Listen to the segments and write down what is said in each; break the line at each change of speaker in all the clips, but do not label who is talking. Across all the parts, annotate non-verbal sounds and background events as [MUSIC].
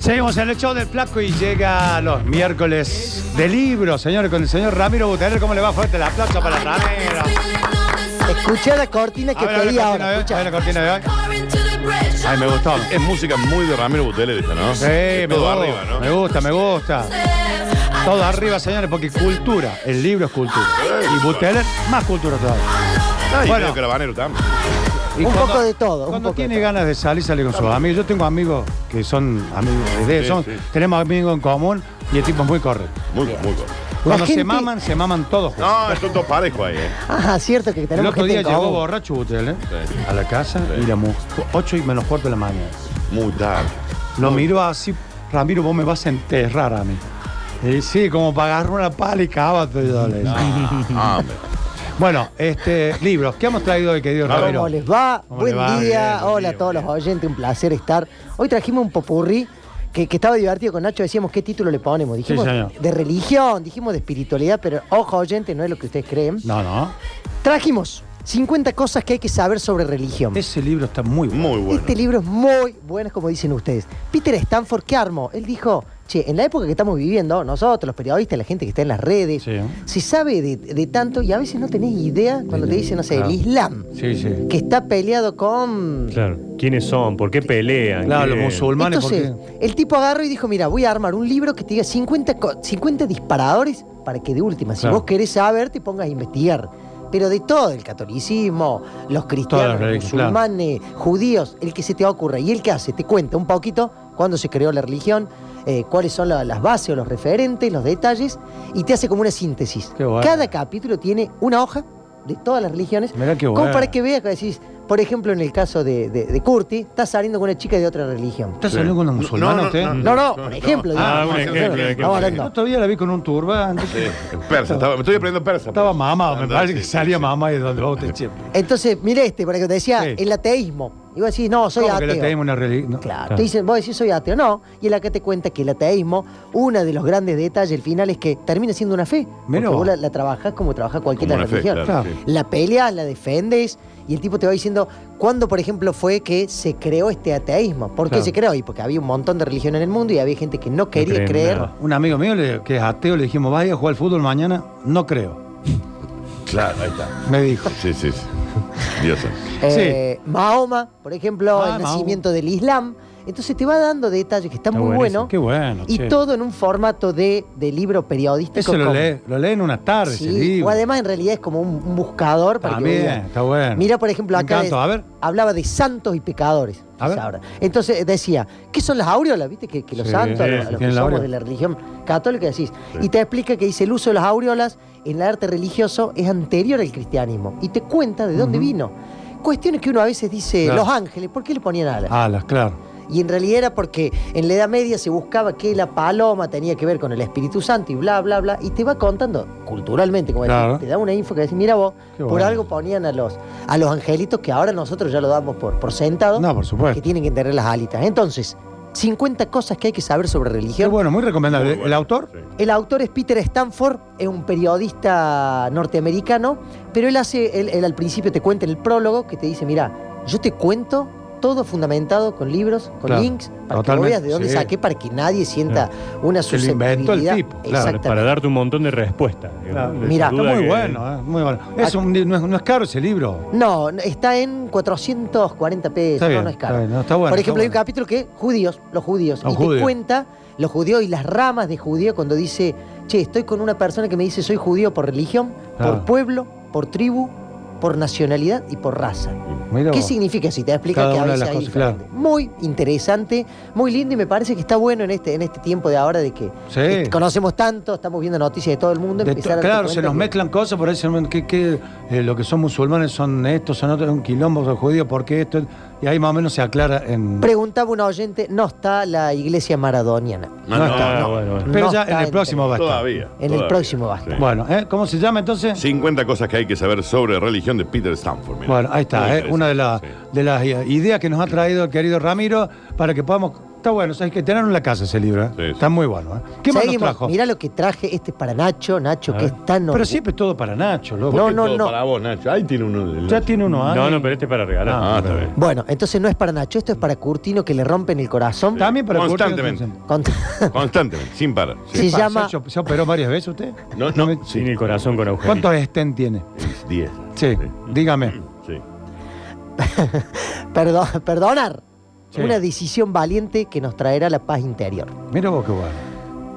Seguimos en el show del Flaco y llega los miércoles de libro, señores, con el señor Ramiro Butaner. ¿Cómo le va? Fuerte la plaza para Ramiro.
Escuché la cortina que
A ver, a ver
pedí
la
ahora.
cortina de hoy, a
escucha.
ver la cortina ¿eh? de hoy. Ay, me gustó.
Es música muy de Ramiro Butele, ¿viste, no?
Sí, me
Todo
gusta,
arriba, ¿no?
me gusta, me gusta. Todo arriba, señores, porque cultura, el libro es cultura. Y Buteler, más cultura todavía.
Ay,
Bueno.
bueno. Caravanero también.
Y
Un poco de todo, un
Cuando
poco
tiene
de todo.
ganas de salir, sale con sus amigos. Yo tengo amigos que son amigos de
Sí,
son-
sí.
Tenemos amigos en común y el tipo es muy correcto.
Muy, muy bueno.
Cuando se
gente-
maman, se maman todos. juntos.
No, son dos parejos ahí, ¿eh?
Ajá, cierto que
El
tenemos
otro
gente
día
en
llegó
común.
borracho Butel, ¿eh?
Sí.
A la casa y la mujer. 8 y menos cuarto de la mañana.
Muy tarde.
Lo miró así, Ramiro, vos me vas a enterrar a mí. Y sí, como para agarrar una pala y cábate, yo le dije.
Ah, hombre.
[LAUGHS] Bueno, este, libros. ¿Qué hemos traído hoy, querido
Vamos,
Ramiro?
¿Cómo les va?
¿Cómo
Buen
le va?
día.
Bien,
Hola
bien,
a todos
bien.
los oyentes, un placer estar. Hoy trajimos un popurrí que, que estaba divertido con Nacho. Decíamos qué título le ponemos. Dijimos
señor.
de religión, dijimos de espiritualidad, pero ojo, oyentes, no es lo que ustedes creen.
No, no.
Trajimos 50 cosas que hay que saber sobre religión.
Ese libro está muy bueno.
Muy bueno.
Este libro es muy bueno, como dicen ustedes. Peter Stanford, ¿qué armó? Él dijo, che, en la época que estamos viviendo, nosotros, los periodistas, la gente que está en las redes,
Sí.
se sabe de, de tanto y a veces no tenés idea cuando te dicen, no sé,
Claro.
el Islam,
Sí, sí.
que está peleado con...
Claro. ¿Quiénes son? ¿Por qué pelean?
Claro, los
¿Qué-
musulmanes, ¿por
Entonces,
qué?
el tipo agarró y dijo, mira, voy a armar un libro que te diga 50, co- 50 disparadores para que de última, si
Claro.
vos querés saber, te pongas a investigar. Pero de todo, el catolicismo, los cristianos, los
religiones, claro.
musulmanes, judíos, el que se te ocurra. ¿Y el que hace? Te cuenta un poquito cuándo se creó la religión, eh, cuáles son la- las bases o los referentes, los detalles, y te hace como una síntesis.
Qué bueno.
Cada capítulo tiene una hoja de todas las religiones,
Mirá qué
como
bueno.
para que veas que decís, por ejemplo, en el caso de, de, de Curti, está saliendo con una chica de otra religión.
¿Está saliendo con los musulmanes usted?
No, no, por ejemplo.
No. Ah,
digamos.
un ejemplo, un ejemplo.
Ahora
El
no.
otro día la vi con un turbante.
Sí, persa, estaba, me estoy aprendiendo persa.
Estaba
pues.
mamado, me
Andá,
parece
sí,
que
sí,
salía
sí.
mamá y donde va usted siempre.
Entonces, mire este, para que te decía,
Sí.
el ateísmo. Y vos decís, no, soy
¿Cómo que
ateo.
le tenemos una religión? No.
Claro, te dicen, vos decís soy ateo, no. Y él acá te cuenta que el ateísmo, uno de los grandes detalles, el final es que termina siendo una fe.
Mirá
Porque
vos.
vos la, la trabajás como trabaja cualquier
Como una
otra
fe,
religión.
claro,
Claro.
sí.
La peleas, la defendes, y el tipo te va diciendo cuándo, por ejemplo, fue que se creó este ateísmo. ¿Por qué
Claro.
se creó? Y porque había un montón de religiones en el mundo y había gente que no quería
creen
creer.
nada.
Un amigo mío le- que es ateo le dijimos, ¿vas a ir a jugar al fútbol mañana? No creo,
Claro, ahí está.
me dijo.
Sí, sí, sí. Dios santo.
Eh, Mahoma, por ejemplo,
Ah,
el
Mahoma.
nacimiento del Islam. Entonces te va dando detalles que está,
Está
muy
buenísimo.
bueno.
Qué bueno.
Y
che.
todo en un formato de, de libro periodístico.
Eso lo
como-
lee, lo lee en una tarde,
Sí,
ese libro.
O además en realidad es como un, un buscador para que
También,
vean.
está bueno.
Mira, por ejemplo,
Me
acá
encanta,
de-
a ver.
hablaba de santos y pecadores.
A
dice
ver.
ahora. Entonces decía, ¿qué son las aureolas? ¿Viste? Que, que los
Sí,
santos,
sí,
los, los que
tienen la
somos
aureola.
de la religión católica, decís. Y te explica que dice el uso de las aureolas en el arte religioso es anterior al cristianismo. Y te cuenta de dónde vino. Cuestiones que uno a veces dice,
Claro.
los ángeles, ¿por qué le ponían alas?
Alas, claro.
Y en realidad era porque en la Edad Media se buscaba que la paloma tenía que ver con el Espíritu Santo y bla, bla, bla. Y te va contando culturalmente, como decís,
Claro.
te da una info que decís, mira vos,
Qué
por
bueno.
algo ponían a los, a los angelitos que ahora nosotros ya lo damos por, por sentado,
No, por
que
supuesto.
tienen que tener las alitas. Entonces, 50 cosas que hay que saber sobre
Qué
religión.
bueno, muy recomendable.
Muy bueno.
¿El autor?
Sí.
El autor es Peter Stanford, es un periodista norteamericano, pero él hace, él, él al principio te cuenta en el prólogo que te dice, mira, yo te cuento todo fundamentado con libros, con
Claro,
links, para que vos
totalmente,
veas de dónde
sí.
saqué, para que nadie sienta una
Se lo inventó el
susceptibilidad.
tipo, claro,
Para- Para
Exactamente.
darte un montón de respuestas.
Claro.
digamos. De
Mirá,
sin
Ah, Está
duda
muy
que-
bueno, eh, muy bueno. Es
Ac-
un li- no, es, no es caro ese libro.
No, no, está en 440 pesos,
Está
no,
bien,
no es caro.
está bien, no, está bueno,
Por
está
ejemplo, hay un
bueno.
capítulo que judíos, los judíos,
Los
y
judíos.
te cuenta los judíos y las ramas de judío cuando dice, che, estoy con una persona que me dice soy judío por religión,
Claro.
por pueblo, por tribu, por nacionalidad y por raza.
Mira
¿Qué
vos.
significa si te explica
Cada
que a
una de
veces
las
hay
cosas,
diferente? Muy interesante, muy lindo y me parece que está bueno en este, en este tiempo de ahora de que
Sí.
eh, conocemos tanto, estamos viendo noticias de todo el mundo.
De to-
empezar a darte
claro, se
cuenta
nos
que-
mezclan cosas, por ahí se que, que, eh, lo que son musulmanes son estos, son otros, un quilombo de judíos, porque esto. Y ahí más o menos se aclara en.
Preguntaba un oyente, no está la iglesia maradoniana.
No,
No
no,
está,
no,
Ah, bueno, bueno.
Pero
no
ya
está
en el
en-
próximo va a estar.
Todavía.
En el próximo basta.
Sí.
Bueno, ¿eh? ¿cómo se llama entonces?
50 cosas que hay que saber sobre religión de Peter Stanford. mira.
Bueno, ahí
Muy
está, ¿eh?
interesante,
una de, las
sí.
de las eh, ideas que nos ha traído el querido Ramiro para que podamos está bueno. O sea, hay que tenerlo en la casa ese libro. ¿eh?
Sí, sí.
Está muy bueno. ¿eh? ¿Qué más nos
Seguimos.
trajo?
Mirá lo que traje. Este es para Nacho. Nacho,
A
que
ver.
es tan
Pero
orgu-
siempre es todo para Nacho, loco.
¿Por
No,
qué
no,
todo
no.
Para vos, Nacho. Ahí tiene uno. el
Ya
Nacho.
tiene uno ahí.
No, no, pero este es para regalar.
Ah, está bien.
Bueno, entonces no es para Nacho. Esto es para Curtino que le rompen el corazón.
También para
Constantemente.
Con- [LAUGHS]
Constantemente, sin parar.
Se
Sí.
¿Se,
llama-
cho- ¿Se operó varias veces usted?
No, no. Sí.
Tiene el corazón con agujeritos.
¿Cuántos estén tiene?
Es 10.
Sí, dígame.
Sí.
Perdo- perdonar.
Sí.
Una decisión valiente que nos traerá la paz interior.
Mira vos qué bueno.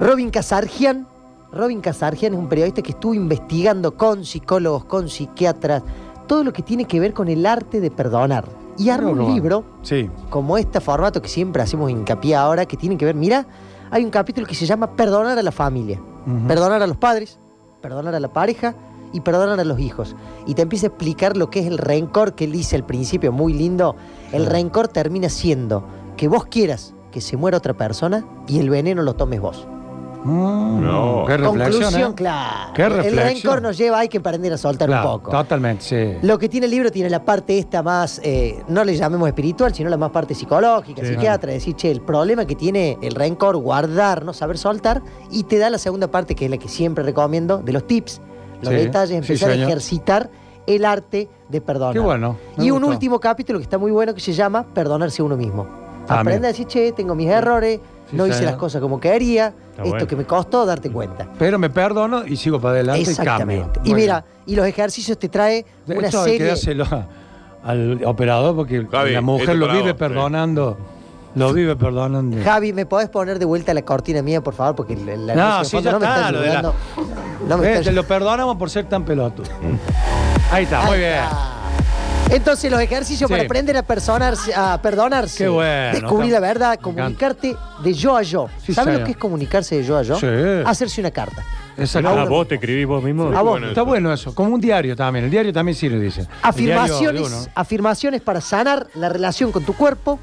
Robin Kazarjian. Robin Kazarjian es un periodista que estuvo investigando con psicólogos, con psiquiatras, todo lo que tiene que ver con el arte de perdonar. Y arma
Mira vos
un
qué
libro
bueno. Sí.
como este formato que siempre hacemos hincapié ahora, que tiene que ver, mira, hay un capítulo que se llama Perdonar a la familia,
Ujú.
perdonar a los padres, perdonar a la pareja y perdonar a los hijos. Y te empieza a explicar lo que es el rencor que él dice al principio, muy lindo. El rencor termina siendo que vos quieras que se muera otra persona y el veneno lo tomes vos.
Mm,
No.
Qué reflexión.
Conclusión,
¿eh?
claro.
Qué
el
reflexión.
rencor nos lleva, hay que aprender a soltar
Claro,
un poco.
Totalmente, sí.
Lo que tiene el libro tiene la parte esta más, eh, no le llamemos espiritual, sino la más parte psicológica,
Sí.
psiquiatra, decir, che, el problema que tiene el rencor, guardar, no saber soltar, y te da la segunda parte, que es la que siempre recomiendo, de los tips, los
Sí,
detalles,
sí,
empezar a
señor.
ejercitar el arte de perdonar.
Qué bueno, me
Y un
gustó.
último capítulo que está muy bueno que se llama Perdonarse a uno mismo.
Ah,
Aprende
mira.
a decir, che, tengo mis errores,
Sí,
no hice
señor.
las cosas como quería, esto
bueno.
que me costó, darte cuenta.
Pero me perdono y sigo para adelante y cambio.
Exactamente. Y,
Bueno.
mira, y los ejercicios te trae
De
una
hecho, hay que
serie.
dárselo a- al operador porque
Javi, este
la mujer
esto
lo
para
vive
vos,
perdonando. Lo vive perdonando.
Javi, ¿me podés poner de vuelta la cortina mía, por favor? Porque la, la
Mm. No,
música de
sí,
fondo
ya está, lo de la-
ayudando. No me
Eh,
está
te
ayudando.
lo perdonamos por ser tan pelotudo. Ahí está, muy
Ahí
bien.
está. Entonces, los ejercicios
Sí.
para aprender a, personarse, a perdonarse,
Qué bueno,
descubrir
está-
la verdad,
me
comunicarte de yo a yo.
Sí,
¿Sabes lo
señor.
que es comunicarse de yo a yo?
Sí.
Hacerse una carta.
Exacto.
Ah, vos te escribís vos mismo.
A vos,
bueno
está
eso.
bueno eso. Como un diario también. El diario también sirve, dice. El diario de
Afirmaciones,
uno.
afirmaciones para sanar la relación con tu cuerpo,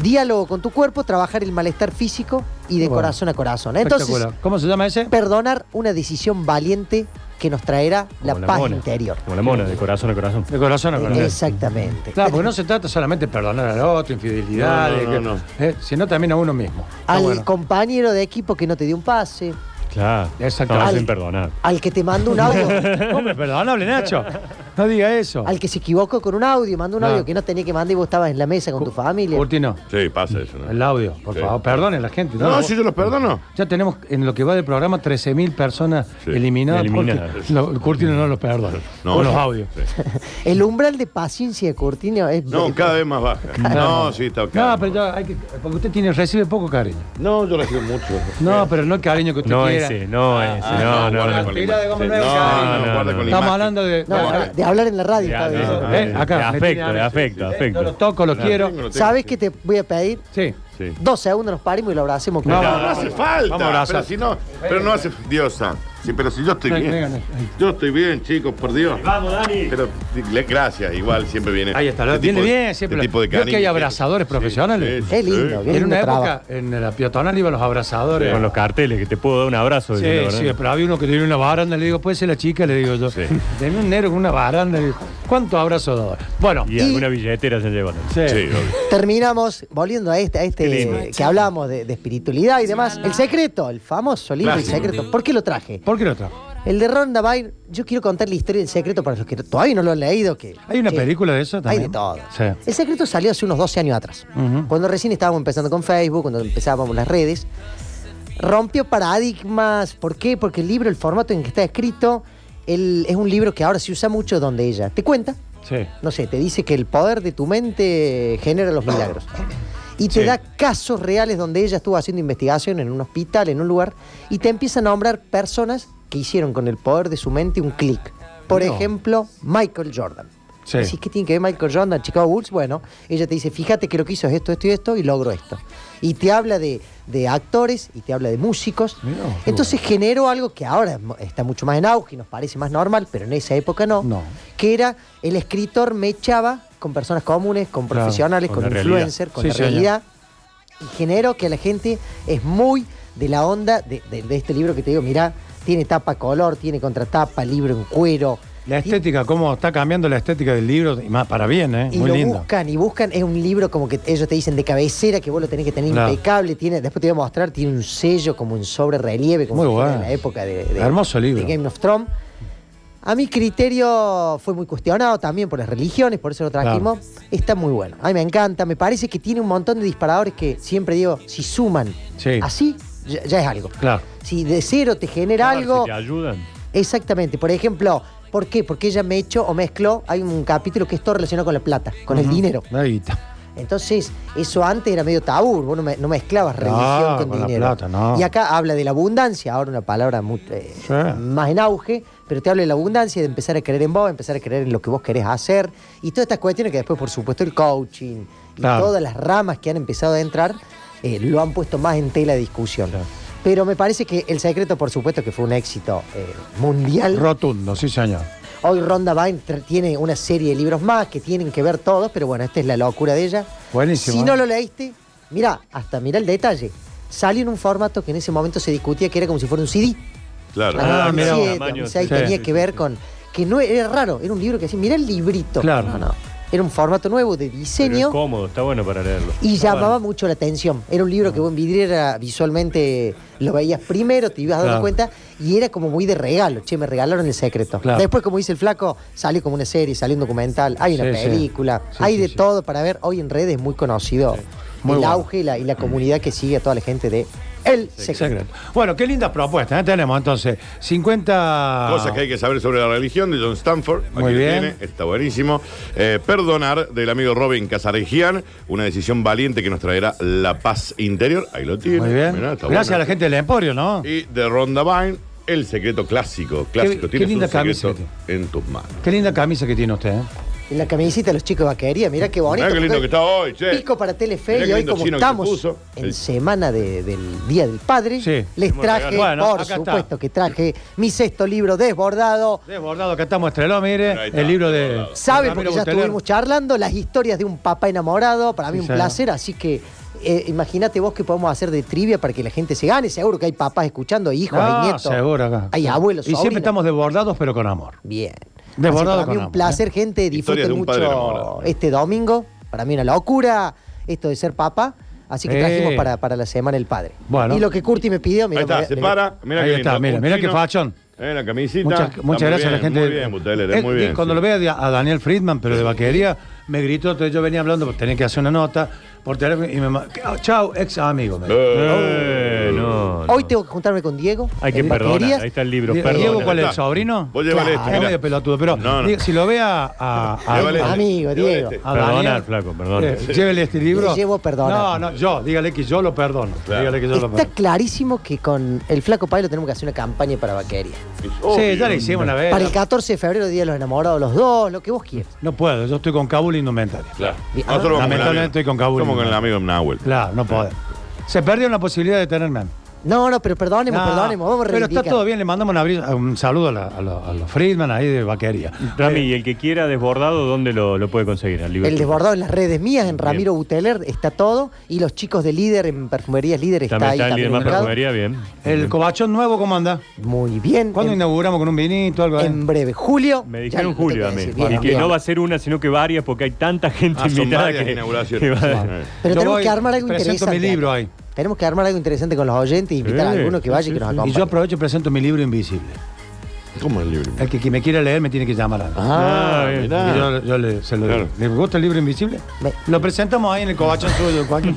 diálogo con tu cuerpo, trabajar el malestar físico y de
Bueno.
corazón a corazón. Entonces,
Espectacular. ¿Cómo se llama ese?
perdonar una decisión valiente que nos traerá la,
Como
paz
mona.
interior.
Como la mona, de corazón a corazón.
De corazón a corazón.
Exactamente.
Claro, porque no se trata solamente de perdonar al otro, infidelidades,
No, no, no,
que- eh, sino también a uno mismo. Está
[LAUGHS] Al
bueno.
compañero de equipo que no te dio un pase,
Claro.
Exactamente.
No, sin perdonar.
al que te mandó un audio,
[LAUGHS] Hombre, perdonable, Nacho. No diga eso.
al que se equivocó con un audio, mandó un
No.
audio que no tenía que mandar y vos estabas en la mesa con tu familia.
Curtino,
Sí, pasa eso, ¿no?
el audio, por
Sí.
favor. Perdone la gente.
No, si yo los perdono.
Ya tenemos en lo que va del programa 13.000 personas
Sí.
eliminadas.
Eliminadas.
porque lo- Curtino no los perdona.
No,
con los
no.
audios.
Sí.
El umbral de paciencia de Curtino es...
No, cada vez más baja. No, sí, está
No,
cada
pero
vez más
ya hay que. Porque usted tiene, recibe poco cariño.
baja. No, yo lo sigo mucho.
No, pero no el cariño que usted
No
quiera.
ese, no ese,
Ah,
no,
no,
no.
guarda
no.
con
La tira de goma
Sí,
nueva,
no,
cariño.
no, guarda con la
Estamos
imagen.
hablando de.
No,
No,
de hablar en la radio.
Ya,
está bien.
no,
¿Eh?
no,
Acá, me
de
tiene
afecto, de
hambre.
afecto,
Sí, sí.
Yo
afecto.
los toco, los quiero.
tengo, lo tengo,
¿Sabes
sí.
qué te voy a pedir?
Sí.
Sí.
Dos segundos nos parimos y lo abracemos. con-
No,
No,
no,
no,
hace
no.
falta.
Vamos a abrazar.
pero si no, pero no hace. Dios santo. Sí, pero si yo estoy
Venga,
bien.
venga, venga.
Yo estoy bien, chicos, por Dios.
Vamos, Dani.
Pero di- le- gracias, igual siempre viene.
Ahí está, lo
este tipo
tiene
de-
bien
este
siempre.
tipo de
Veo que
cariño.
hay abrazadores profesionales.
Qué lindo, qué
En
lindo
una época,
trabajo.
en la peatonal iban los abrazadores.
Con los carteles, que te puedo dar un abrazo.
Sí,
diciendo,
sí,
¿verdad?
pero había uno que tenía una baranda, le digo, puede ser la chica, le digo yo. [LAUGHS]
Sí.
Tenía un negro con una baranda, le digo, ¿cuántos abrazos daba? Bueno,
Y alguna billetera se llevan.
sí.
Sí, obvio.
Terminamos volviendo a este, a
lindo.
este que hablábamos de, de espiritualidad y demás. El secreto, el famoso libro El
Clásico.
Secreto. ¿Por qué lo traje?
¿Por qué no trajo?
El de Ronda Byrne, yo quiero contar la historia del secreto para los que todavía no lo han leído. Que,
¿Hay una
che,
película de eso
Hay
también?
de todo.
Sí.
El secreto salió hace unos 12 años atrás. Cuando recién estábamos empezando con Facebook, cuando empezábamos las redes. Rompió paradigmas. ¿Por qué? Porque el libro, el formato en que está escrito, el- es un libro que ahora se usa mucho donde ella te cuenta
Sí.
no sé, te dice que el poder de tu mente genera los milagros. Y te
Sí.
da casos reales donde ella estuvo haciendo investigación en un hospital, en un lugar, y te empieza a nombrar personas que hicieron con el poder de su mente un clic. Por
No.
ejemplo, Michael Jordan.
Sí.
Decís, ¿qué tiene que ver Michael Jordan, Chicago Bulls? Bueno, ella te dice, fíjate que lo que hizo es esto, esto y esto, y logró esto. Y te habla de, de actores, y te habla de músicos.
Mirá, qué
Entonces generó algo que ahora mo- está mucho más en auge y nos parece más normal, pero en esa época no
No.
que era el escritor me echaba con personas comunes, con
Claro,
profesionales,
con
con,
la realidad.
influencers, con
Sí,
la
señor.
realidad. Y generó que la gente es muy de la onda de, de- de este libro que te digo, mirá, tiene tapa color, tiene contratapa, libro en cuero,
La estética, cómo está cambiando la estética del libro, y más para bien, ¿eh?
Y
Muy
lo
lindo.
buscan y buscan. Es un libro como que ellos te dicen de cabecera que vos lo tenés que tener
Claro.
impecable. Tiene, después te voy a mostrar, tiene un sello como en sobre relieve, como
Muy
si fuera
bueno.
de la época de, de-
Hermoso libro.
de Game of Thrones. A mi criterio fue muy cuestionado también por las religiones, por eso lo trajimos. Está muy bueno. A mí me encanta. Me parece que tiene un montón de disparadores que siempre digo, si suman
Sí.
así, ya, ya es algo.
Claro.
Si de cero te genera algo.
Si te ayudan.
Exactamente. Por ejemplo, ¿por qué? Porque ella me echó o mezcló. Hay un capítulo que es todo relacionado con la plata, con el dinero.
Ahí está.
Entonces, eso antes era medio tabú, vos no, me- no mezclabas religión
Claro,
con,
con la
dinero.
plata, no.
Y acá habla de la abundancia, ahora una palabra mu- eh,
Sí.
más en auge, pero te habla de la abundancia, de empezar a creer en vos, empezar a creer en lo que vos querés hacer, y todas estas cuestiones que después, por supuesto, el coaching y
Claro.
todas las ramas que han empezado a entrar, eh, lo han puesto más en tela de discusión.
Claro.
Pero me parece que El Secreto, por supuesto, que fue un éxito eh, mundial.
Rotundo, sí, señor.
Hoy Ronda Vine tr- tiene una serie de libros más que tienen que ver todos, pero bueno, esta es la locura de ella.
Buenísimo,
Si
¿eh?
no lo leíste, mira, hasta mira el detalle. Salió en un formato que en ese momento se discutía que era como si fuera un CD.
Claro.
Ah,
La
mirá vos.
2007, 2006,
Sí.
tenía que ver con. que no era raro, era un libro que decía, mira el librito.
Claro.
No, no. Era un formato nuevo de
Pero es
diseño
cómodo, está bueno para leerlo.
y
Está
llamaba
bueno.
mucho la atención. Era un libro que vos en vidriera visualmente lo veías primero, te ibas dando
Claro.
cuenta, y era como muy de regalo. Che, me regalaron el secreto.
Claro.
Después, como dice el flaco, salió como una serie, salió un documental, hay una
Sí, sí.
película,
Sí,
hay
sí,
de
sí.
todo para ver. Hoy en redes es muy conocido
Muy
el
bueno.
auge y la, y la comunidad que sigue a toda la gente de El Secreto.
Secreto. Bueno, qué lindas propuestas ¿eh? tenemos entonces. 50.
Cosas que hay que saber sobre la religión de John Stanford. Aquí
Muy
lo
bien.
tiene, está buenísimo. Eh, perdonar del amigo Robin Casaregian, una decisión valiente que nos traerá la paz interior. Ahí lo tiene.
Muy bien.
Mirá,
Gracias
está
a
bueno.
la gente del Emporio, ¿no?
Y de Ronda Vine, el secreto clásico. Clásico.
qué
Tienes
linda
un secreto
camisa
en tus manos.
Qué linda camisa que tiene usted. ¿eh?
En la camisita de los chicos de vaquería, mirá qué bonito.
Mirá qué lindo
porque
que está hoy, che.
Pico para Telefe
Mirá
y
qué
hoy
lindo
como
chino que se
estamos
puso.
en
El-
semana de- del Día del Padre,
Sí.
les traje,
Bueno,
por
acá está.
supuesto que traje mi sexto libro desbordado.
Desbordado, acá está Muestreló, mire.
Ahí está,
el libro de.
desbordado.
de
Sabe, porque
Ramiro
ya
Buteler.
estuvimos charlando, las historias de un papá enamorado, para mí
Sí,
un
señor.
placer, así que eh, imagínate vos que podemos hacer de trivia para que la gente se gane, seguro que hay papás escuchando, hay hijos,
Ah,
hay nietos,
seguro acá.
hay abuelos,
Y siempre
sobrinos.
estamos desbordados, pero con amor.
Bien.
Desbordado
Así que para
con
mí
ambos,
un placer,
¿eh?
gente.
Historias
Disfruten
de un padre
mucho
enamorado.
este domingo. Para mí una locura esto de ser papá. Así que
Eh.
trajimos para, para la semana el padre.
Bueno.
Y lo que Curti me pidió, mira.
Ahí está, se para. Mira
Ahí
qué
está,
lindo.
mira,
Un
mira qué
chino.
fachón.
Eh, la camisita.
Muchas,
Está
muchas
muy
gracias a la
bien,
gente.
Muy bien, Buteler, eh,
Él,
muy bien.
Cuando
sí.
lo vea de- a Daniel Friedman, pero de vaquería, me gritó, entonces yo venía hablando, pues tenía que hacer una nota por teléfono y me ma- Chao, ex amigo. me dijo.
Eh, no, no.
Hoy tengo que juntarme con Diego.
Hay que
en
perdonar.
Vaquerías.
Ahí está el libro.
Die-
Perdona.
Diego, ¿cuál es el
Está.
sobrino?
Vos llévale
Claro.
este,
es
mirá.
medio pelotudo, pero
No, no.
diga- si lo ve a, a- a-
Llévale
a-
este.
Ah, Amigo,
Llévale
Diego. Ah.
este.
a
Perdonar,
Daniel,
flaco, perdona.
eh, llévele este libro.
Le llevo perdona.
No, no, yo, dígale que yo lo perdono.
Claro.
Dígale que yo lo
Está
perdono.
clarísimo que con el flaco Pailo tenemos que hacer una campaña para vaquería.
Sí, ya lo hicimos una vez.
Para el 14 de febrero, Día de los Enamorados, los dos, lo que vos quieras.
No puedo, yo estoy con Kabul indumentaria.
Claro.
Bien.
Nosotros vamos
Lamentablemente
el amigo.
estoy con Kabul.
Somos con el amigo Nahuel.
Claro, no puedo. Se perdió la posibilidad de tener meme.
No, no, pero perdonemos,
No,
perdonemos. Vamos a
Pero está
reivindicar.
todo bien, le mandamos un, abri- un saludo a, la- a los- a los Friedman ahí de vaquería.
Rami, y el que quiera desbordado, ¿dónde lo, lo puede conseguir? Al libro.
El desbordado en las redes mías, en Ramiro Buteler, está todo. Y los chicos de Líder, en Perfumerías Líder, está, Eh,
También
ahí
está en
también
Líder Más
ubicado.
Perfumería, bien.
El cobachón nuevo, ¿cómo anda?
Muy bien.
¿Cuándo
en,
inauguramos con un vinito algo? ahí?
en breve, Julio.
Me
ya
dijeron
lo tengo
Julio
que
a mí.
decir.
y
Bien,
que
bien.
no va a ser una, sino que varias, porque hay tanta gente
Ah, son
invitada
varias
que.
inauguraciones.
que va a-
Ah,
Claro.
Pero
Yo
tenemos
voy,
que armar algo
presento
interesante.
mi libro ahí.
Tenemos que armar algo interesante con los oyentes y invitar a
Sí,
alguno que vaya y que nos acompañe.
Y yo aprovecho y presento mi libro Invisible.
¿Cómo es el libro?
El que, que me quiera leer me tiene que llamar a
Ah, bien.
Y yo, yo le, se lo digo.
Claro.
¿Le gusta el libro Invisible?
Me-
Lo presentamos ahí en el cobachón suyo. en
[LAUGHS]
cualquier-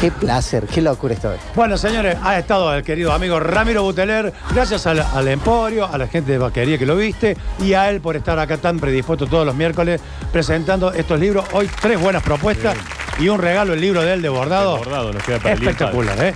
Qué placer, qué locura esto es.
bueno, señores, ha estado el querido amigo Ramiro Buteler. Gracias al, al Emporio, a la gente de Vaquería que lo viste y a él por estar acá tan predispuesto todos los miércoles presentando estos libros. Hoy tres buenas propuestas y un regalo, el libro de él de bordado.
Desbordado, nos queda para el libro.
Espectacular, ¿eh?